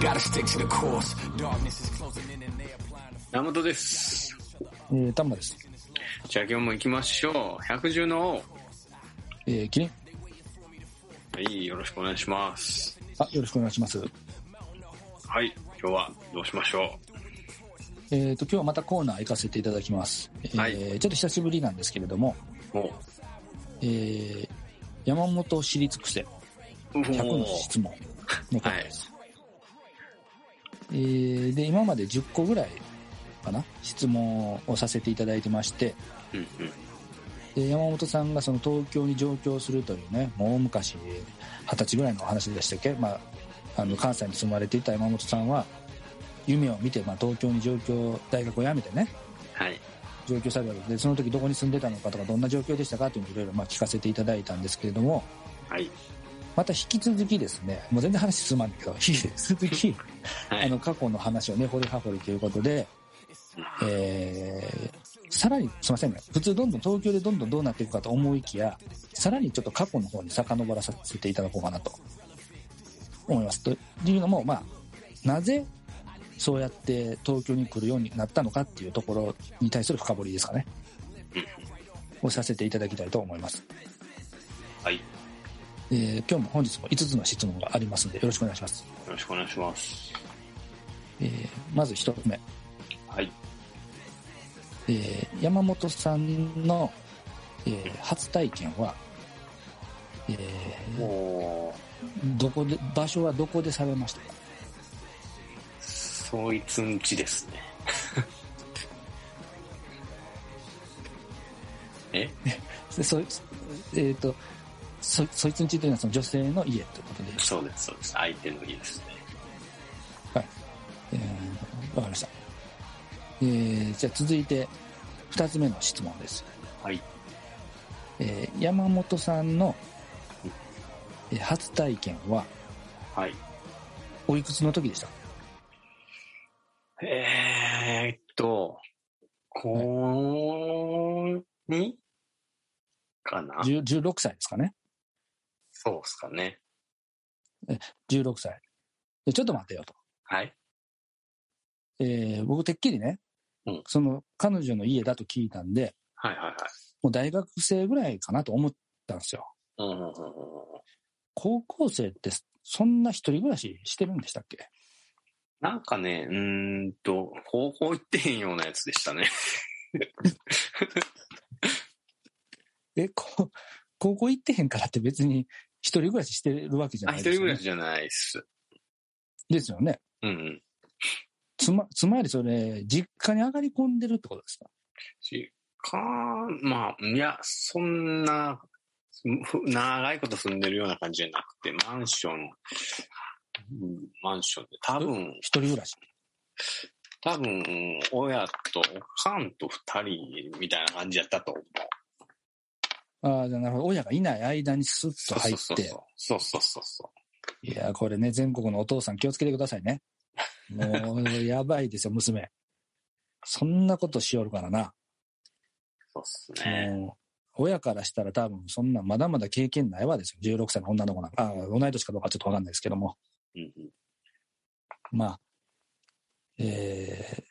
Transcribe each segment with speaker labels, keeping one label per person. Speaker 1: Gotta stick to the course. Darkness is closing in and they applying the
Speaker 2: 山本です。
Speaker 3: えー、丹波です。
Speaker 2: じゃあ今日も行きましょう。百獣の
Speaker 3: えー、キリン。
Speaker 2: 王。はい、よろしくお願いします。
Speaker 3: あ、よろしくお願いします。
Speaker 2: はい、今日はどうしましょ
Speaker 3: えっ、と、今日はまたコーナー行かせていただきます。えー
Speaker 2: はい
Speaker 3: ちょっと久しぶりなんですけれども、
Speaker 2: う。も
Speaker 3: えー、山本知り尽くせ
Speaker 2: う、
Speaker 3: 100
Speaker 2: も
Speaker 3: の
Speaker 2: う、
Speaker 3: 質問のコーナーです。えー、で、今まで10個ぐらいかな、質問をさせていただいてまして、
Speaker 2: うんうん。
Speaker 3: で山本さんがその東京に上京するというねもう昔二十歳ぐらいのお話でしたっけ、まあ、あの関西に住まれていた山本さんは夢を見て、まあ、東京に上京大学を辞めてね
Speaker 2: はい。
Speaker 3: 上京されたわけでその時どこに住んでたのかとかどんな状況でしたかというのをいろいろまあ聞かせていただいたんですけれども
Speaker 2: はい。
Speaker 3: また引き続きですねもう全然話進まんけど引き続き
Speaker 2: はい
Speaker 3: あの過去の話をね掘り葉掘りということで、えー、さらにすいませんね普通どんどん東京でどんどんどうなっていくかと思いきやさらにちょっと過去の方に遡らさせていただこうかなと思いますというのもまあなぜそうやって東京に来るようになったのかっていうところに対する深掘りですかねをさせていただきたいと思います、
Speaker 2: はい。よ
Speaker 3: えー今日も本日も5つの質問がありますのでよろしくお願いします、
Speaker 2: ろしくお願いします。
Speaker 3: えーまず1つ目
Speaker 2: はい。
Speaker 3: えー山本さんの、えー初体験は、えー
Speaker 2: も
Speaker 3: どこで場所はどこでされましたか
Speaker 2: う、そいつんちですね。 え
Speaker 3: でそ,、えー、とそそいつんちというのはその女性の家ということで、
Speaker 2: そうです、そうです。相手の家ですね。
Speaker 3: えーわかりました、えーじゃあ続いて2つ目の質問です、
Speaker 2: はい。
Speaker 3: えー山本さんのえー初体験は
Speaker 2: はい。
Speaker 3: おいくつの時でしたか
Speaker 2: えーっと、こうにかな
Speaker 3: 10 16歳ですかね
Speaker 2: そうっすかね。
Speaker 3: 16歳でちょっと待ってよと
Speaker 2: はい。
Speaker 3: えー僕てっきりね、
Speaker 2: うん
Speaker 3: その彼女の家だと聞いたんで、
Speaker 2: はいはいはい。
Speaker 3: もう大学生ぐらいかなと思ったんですよ。
Speaker 2: うんうんうんうん
Speaker 3: 高校生ってそんな一人暮らししてるんでしたっけ
Speaker 2: なんかね、うーんと、高校行ってへんようなやつでしたね。
Speaker 3: え、こ高校行ってへんからって別に一人暮らししてるわけじゃ
Speaker 2: あ、
Speaker 3: ない
Speaker 2: 一
Speaker 3: ですよ
Speaker 2: 人暮
Speaker 3: ね。
Speaker 2: らしじゃないっす。
Speaker 3: ですよね。
Speaker 2: うんうん。
Speaker 3: つま、つまりそれ、実家に上がり込んでるってことですか
Speaker 2: しか、まあ、いや、そんな、ふ長いこと住んでるような感じじゃなくて、マンション、うんマンションで、多分、
Speaker 3: 一人暮らし。
Speaker 2: 多分、親とおかんと二人みたいな感じやったと思う。
Speaker 3: ああ、じゃあなるほど。親がいない間にスッと入って。
Speaker 2: そうそうそうそうそ
Speaker 3: いや、これね、全国のお父さん気をつけてくださいね。もう、やばいですよ、娘。そんなことしよるからな。
Speaker 2: う。そうっすね。
Speaker 3: もう、親からしたら多分、そんなまだまだ経験ないわですよ。16歳の女の子なんか。あ同い年かどうかちょっとわかんないですけども。
Speaker 2: うんうん
Speaker 3: まあ、えー、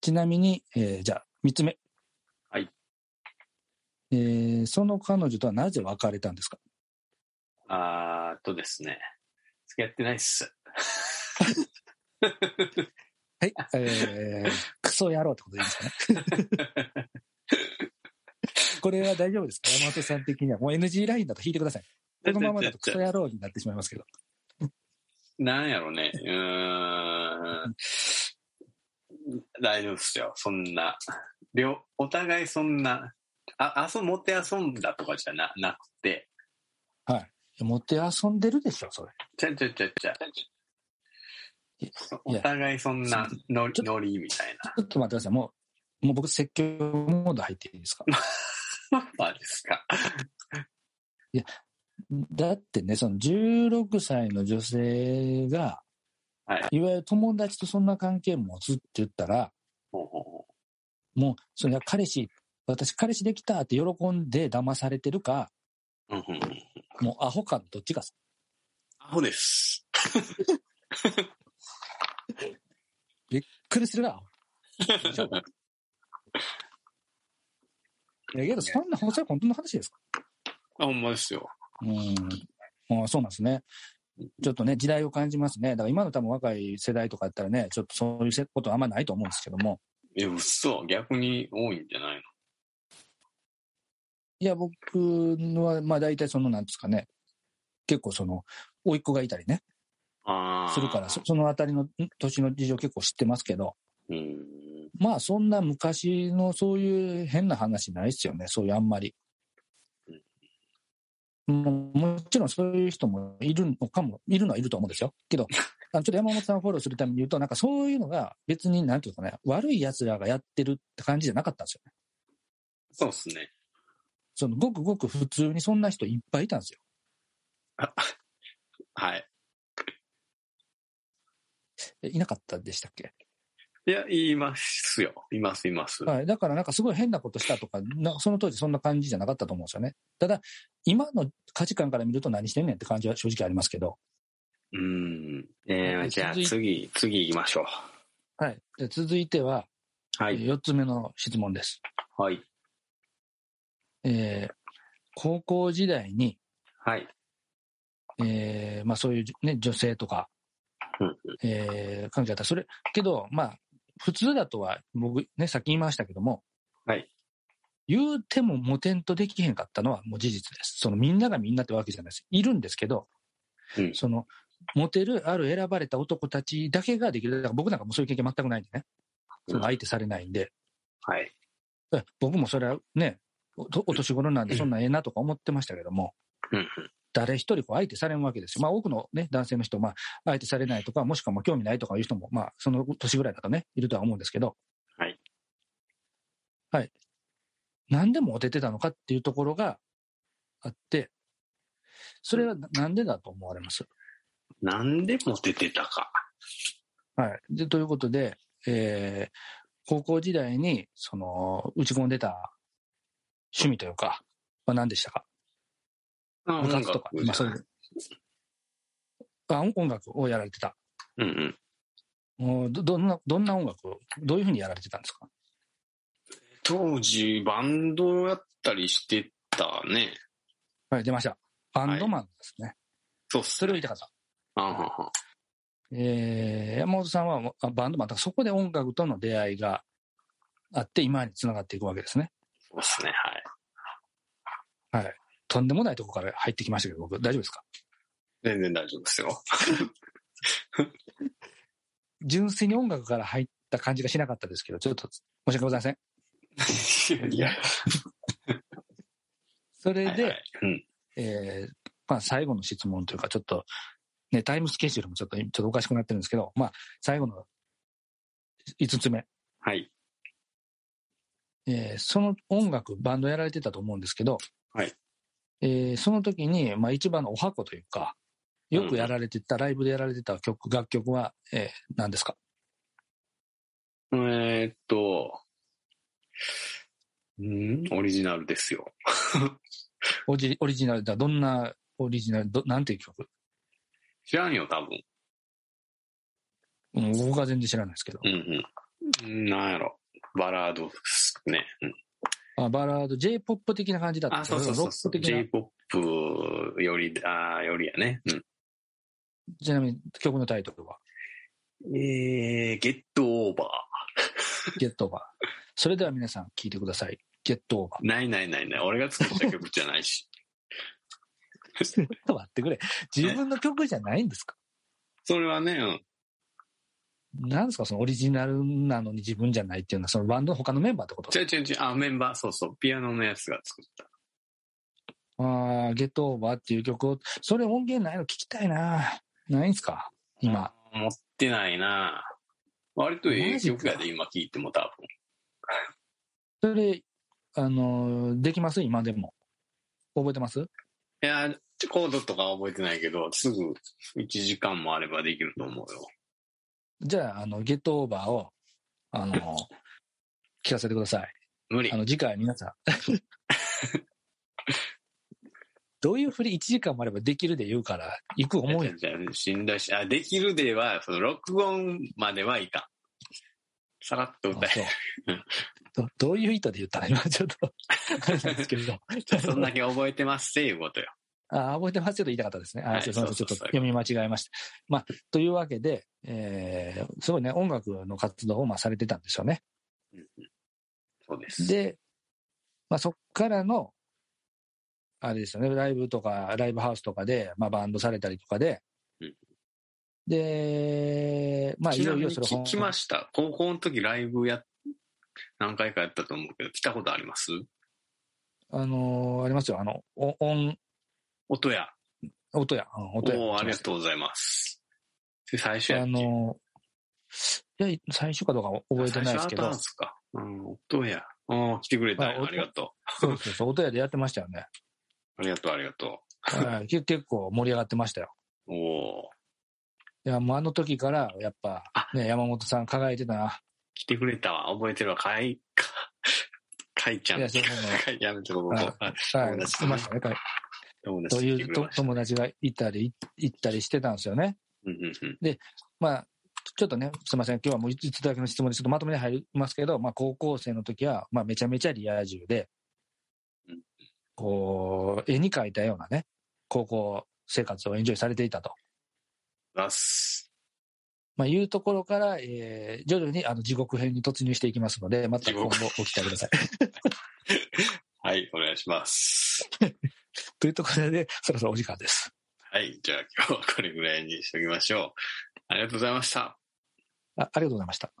Speaker 3: ちなみに、えーじゃあ、三つ目。
Speaker 2: はい。
Speaker 3: えー、その彼女とはなぜ別れたんですか
Speaker 2: あーっとですね。付き合ってないっす。
Speaker 3: はい。えー、クソ野郎ってことでいいですかね。 これは大丈夫ですか山本さん的には。もう NG ラインだと引いてください。このままだとクソ野郎になってしまいますけど。
Speaker 2: なんやろね。うーん。大丈夫っすよ。そんな。両、お互いそんな、あ、遊、持って遊んだとかじゃな、なくて。
Speaker 3: 持って遊んでるでしょ、それ。
Speaker 2: ちゃうちゃうちゃうちゃう
Speaker 3: い
Speaker 2: お互いそんなノリ、
Speaker 3: ちょ
Speaker 2: ノリみたいな。
Speaker 3: ちょっと待ってください。もう、もう僕、説教モード入っていいですか
Speaker 2: まあですか。
Speaker 3: だってね、その16歳の女性が、、
Speaker 2: はい
Speaker 3: わゆる友達とそんな関係持つって言ったら、
Speaker 2: ほうほうほ
Speaker 3: もう、それは彼氏、私彼氏できたって喜んで騙されてるか、
Speaker 2: ううんうんうん。
Speaker 3: もうアホかのどっちか
Speaker 2: アホです。
Speaker 3: くりするな。大丈夫いやけど、そんな話は本当の話ですか
Speaker 2: あ、 ほんまですよ。
Speaker 3: うん。あそうなんですね。ちょっとね、時代を感じますね。だから今の多分若い世代とかやったらね、ちょっとそういうことはあんまないと思うんですけども。
Speaker 2: え、嘘逆に多いんじゃないの
Speaker 3: いや、僕は、まあ大体その、なんですかね、結構その、甥いっ子がいたりね、
Speaker 2: ああ。
Speaker 3: するから、そそのあたりのん年の事情結構知ってますけど、
Speaker 2: うん。
Speaker 3: まあそんな昔のそういう変な話ないですよね、そういうあんまり。もうもちろんそういう人もいるのかも、いるのはいると思うんですよ。けど、あのちょっと山本さんをフォローするために言うと、なんかそういうのが別になんていうかね、悪い奴らがやってるって感じじゃなかったんですよね。
Speaker 2: そうっすね。
Speaker 3: そのごくごく普通にそんな人いっぱいいたんですよ。
Speaker 2: はい。
Speaker 3: えいなかったでしたっけ
Speaker 2: いや、言いますよ。います、います。
Speaker 3: はい、だからなんかすごい変なことしたとか、なんかその当時そんな感じじゃなかったと思うんですよね。ただ、今の価値観から見ると何してんねんって感じは正直ありますけど。
Speaker 2: うん。え
Speaker 3: は
Speaker 2: ー、
Speaker 3: い
Speaker 2: じゃあ
Speaker 3: 続い
Speaker 2: 次、次行きましょ
Speaker 3: はい。じゃあ続いては、
Speaker 2: う。は
Speaker 3: え
Speaker 2: い。
Speaker 3: ー4つ目の質問です。
Speaker 2: はい。
Speaker 3: えー高校時代に、
Speaker 2: はい。
Speaker 3: えーまあそういう、ね、女性とか
Speaker 2: うん、
Speaker 3: えー、彼女だったらそれ、けど、まあ、普通だとは、僕ね、さっき言いましたけども、
Speaker 2: はい。
Speaker 3: 言うてもモテんとできへんかったのはもう事実です。そのみんながみんなってわけじゃないです。いるんですけど、
Speaker 2: うん
Speaker 3: その、モテるある選ばれた男たちだけができる。だから僕なんかもうそういう経験全くないんでね。その相手されないんで。
Speaker 2: はい。
Speaker 3: え僕もそれはね、おお年頃なんで、そんなんええなとか思ってましたけども
Speaker 2: うんうん、
Speaker 3: 誰一人こう相手されんわけですよ。まあ、多くの、ね、男性の人、まあ、相手されないとか、もしくはもう興味ないとかいう人も、まあ、その年ぐらいだとね、いるとは思うんですけど、
Speaker 2: はい。
Speaker 3: はい。何でもおててたのかっていうところがあって、それはななんでだと思われます。
Speaker 2: なんでモテてたか。
Speaker 3: はい。で、ということで、えー高校時代に、その、打ち込んでた趣味というか、は何でしたか
Speaker 2: あ
Speaker 3: 部活とか、
Speaker 2: 音楽
Speaker 3: まあそういう。あ音音楽をやられてた。
Speaker 2: うんうん。
Speaker 3: もうどどんな、どんな音楽を、どういうふうにやられてたんですか
Speaker 2: 当時、バンドやったりしてたね。
Speaker 3: はい、出ました。バンドマンですね。
Speaker 2: そうっす
Speaker 3: それを言いたかった。
Speaker 2: あはは。
Speaker 3: えー、山本さんはもうあバンドマン、だからそこで音楽との出会いがあって、今につながっていくわけですね。
Speaker 2: そうっすね。はい。
Speaker 3: はい。とんでもないとこから入ってきましたけど、僕、大丈夫ですか
Speaker 2: 全然大丈夫ですよ。
Speaker 3: 純粋に音楽から入った感じがしなかったですけど、ちょっと申し訳ございません。
Speaker 2: いや、
Speaker 3: それで、
Speaker 2: はいはいうん。
Speaker 3: えーまあ、最後の質問というか、ちょっと、ね、タイムスケジュールもちょっとちょっとおかしくなってるんですけど、まあ、最後の5つ目、
Speaker 2: はい。
Speaker 3: えーその音楽、バンドやられてたと思うんですけど、
Speaker 2: はい
Speaker 3: えーその時に、まあ、一番のお箱というか、よくやられてた、ライブでやられてた曲、楽曲は、えー何ですか
Speaker 2: えーっと、うんオリジナルですよ。
Speaker 3: オリジオリジナルだ、どんなオリジナル、どなんていう曲、
Speaker 2: 知らんよ、多分。
Speaker 3: うん、僕は全然知らないですけど、
Speaker 2: うんうん。なんやろ。バラードっすね。うん
Speaker 3: あバラード、J-POP 的な感じだった
Speaker 2: あ、そうそうそうそう。
Speaker 3: ロック的な
Speaker 2: J-POP より、あーよりやね。うん。
Speaker 3: ちなみに曲のタイトル は
Speaker 2: えー、ゲットオーバ
Speaker 3: ゲットオーバー。それでは皆さん聞いてください。ゲットオーバ
Speaker 2: ー。ないないないない。俺が作った曲じゃな いし。
Speaker 3: ー。ちょっと待ってくれ。自分の曲じゃないんですか
Speaker 2: それはね、うん。
Speaker 3: なんですかそのオリジナルなのに自分じゃないっていうのは、そのバンドの他のメンバーってこと
Speaker 2: ちゃちゃちゃ、あ、メンバー、そうそう。ピアノのやつが作った。
Speaker 3: ああ、ゲットオーバーっていう曲を、それ音源ないの聞きたいな。ないんすか今。
Speaker 2: 持ってないな割とええ曲や
Speaker 3: マ
Speaker 2: で、今聴いても多分。
Speaker 3: それ、あのーできます今でも。覚えてます
Speaker 2: いや、コードとかは覚えてないけど、すぐ1時間もあればできると思うよ。
Speaker 3: じゃあ、あの、ゲットオーバーを、あのー聞かせてください。
Speaker 2: 無理
Speaker 3: あ。の、次回皆さん。 どういうふり1時間もあればできるで言うから、行く思うやん。
Speaker 2: じゃあ、しんどいし、あ、できるでは、その録音まではいかん。さらっと歌え
Speaker 3: そうどどういう意図で言ったの今 ちょっとあれなんですけれど
Speaker 2: る。そんだけ覚えてますっていうことよ。
Speaker 3: あ覚えてますよと言いたかったですね。あ
Speaker 2: はい
Speaker 3: すいませんちょ
Speaker 2: そう
Speaker 3: っ
Speaker 2: そ
Speaker 3: と
Speaker 2: うそう
Speaker 3: 読み間違えました。まあ、というわけで、えーすごいね、音楽の活動をまあされてたんでしょうね。
Speaker 2: そうです。
Speaker 3: で、まあ、そっからの、あれですよね、ライブとか、ライブハウスとかで、まあ、バンドされたりとかで、
Speaker 2: うん
Speaker 3: で、まあ、い
Speaker 2: ちな
Speaker 3: よい
Speaker 2: み
Speaker 3: よ
Speaker 2: に
Speaker 3: それ
Speaker 2: 聞きました。高校の時ライブや、何回かやったと思うけど、来たことあります
Speaker 3: あのーありますよ、あの、お音、
Speaker 2: 音や。
Speaker 3: 音や、うん音や。
Speaker 2: おおありがとうございます。で最初やっ
Speaker 3: あ
Speaker 2: け
Speaker 3: のーいや、最初かどうか覚えてないですけ
Speaker 2: 最初アート
Speaker 3: ど
Speaker 2: ハウ、スか。うん、音や。ああ、来てくれたんや
Speaker 3: まあ
Speaker 2: ありがと
Speaker 3: そうそうそう、音やでやってましたよ ね。
Speaker 2: う。ありがとう、ありがと
Speaker 3: はいけ結構盛り上がってましたよ。
Speaker 2: う。おお
Speaker 3: いや、もうあの時から、やっぱ、ね、山本さん輝いてたな。
Speaker 2: 来てくれたわ。覚えてるわ。かい、 か、かいちゃん。
Speaker 3: いやそう そう
Speaker 2: かいやめてここ。
Speaker 3: あ
Speaker 2: あ
Speaker 3: はい、
Speaker 2: 友達
Speaker 3: いましたね。
Speaker 2: 友
Speaker 3: と
Speaker 2: 達来て
Speaker 3: いう
Speaker 2: くれ
Speaker 3: と
Speaker 2: ました。
Speaker 3: 友達がいたり、行ったりしてたんですよね。
Speaker 2: うんうんうん。
Speaker 3: まあ、ちょっとね、すみません、今日はもう一つだけの質問で、ちょっとまとめに入りますけど、まあ、高校生の時は、まあ、めちゃめちゃリア充で
Speaker 2: うん、
Speaker 3: こう、絵に描いたようなね、高校生活をエンジョイされていたと。
Speaker 2: 出す。
Speaker 3: まあ、いうところから、えー徐々にあの地獄編に突入していきますので、また今後お聞きください。
Speaker 2: はい、お願いします。
Speaker 3: というところで、そろそろお時間です。
Speaker 2: はい、じゃあ今日はこれぐらいにしておきましょう。ありがとうございました。
Speaker 3: あありがとうございました。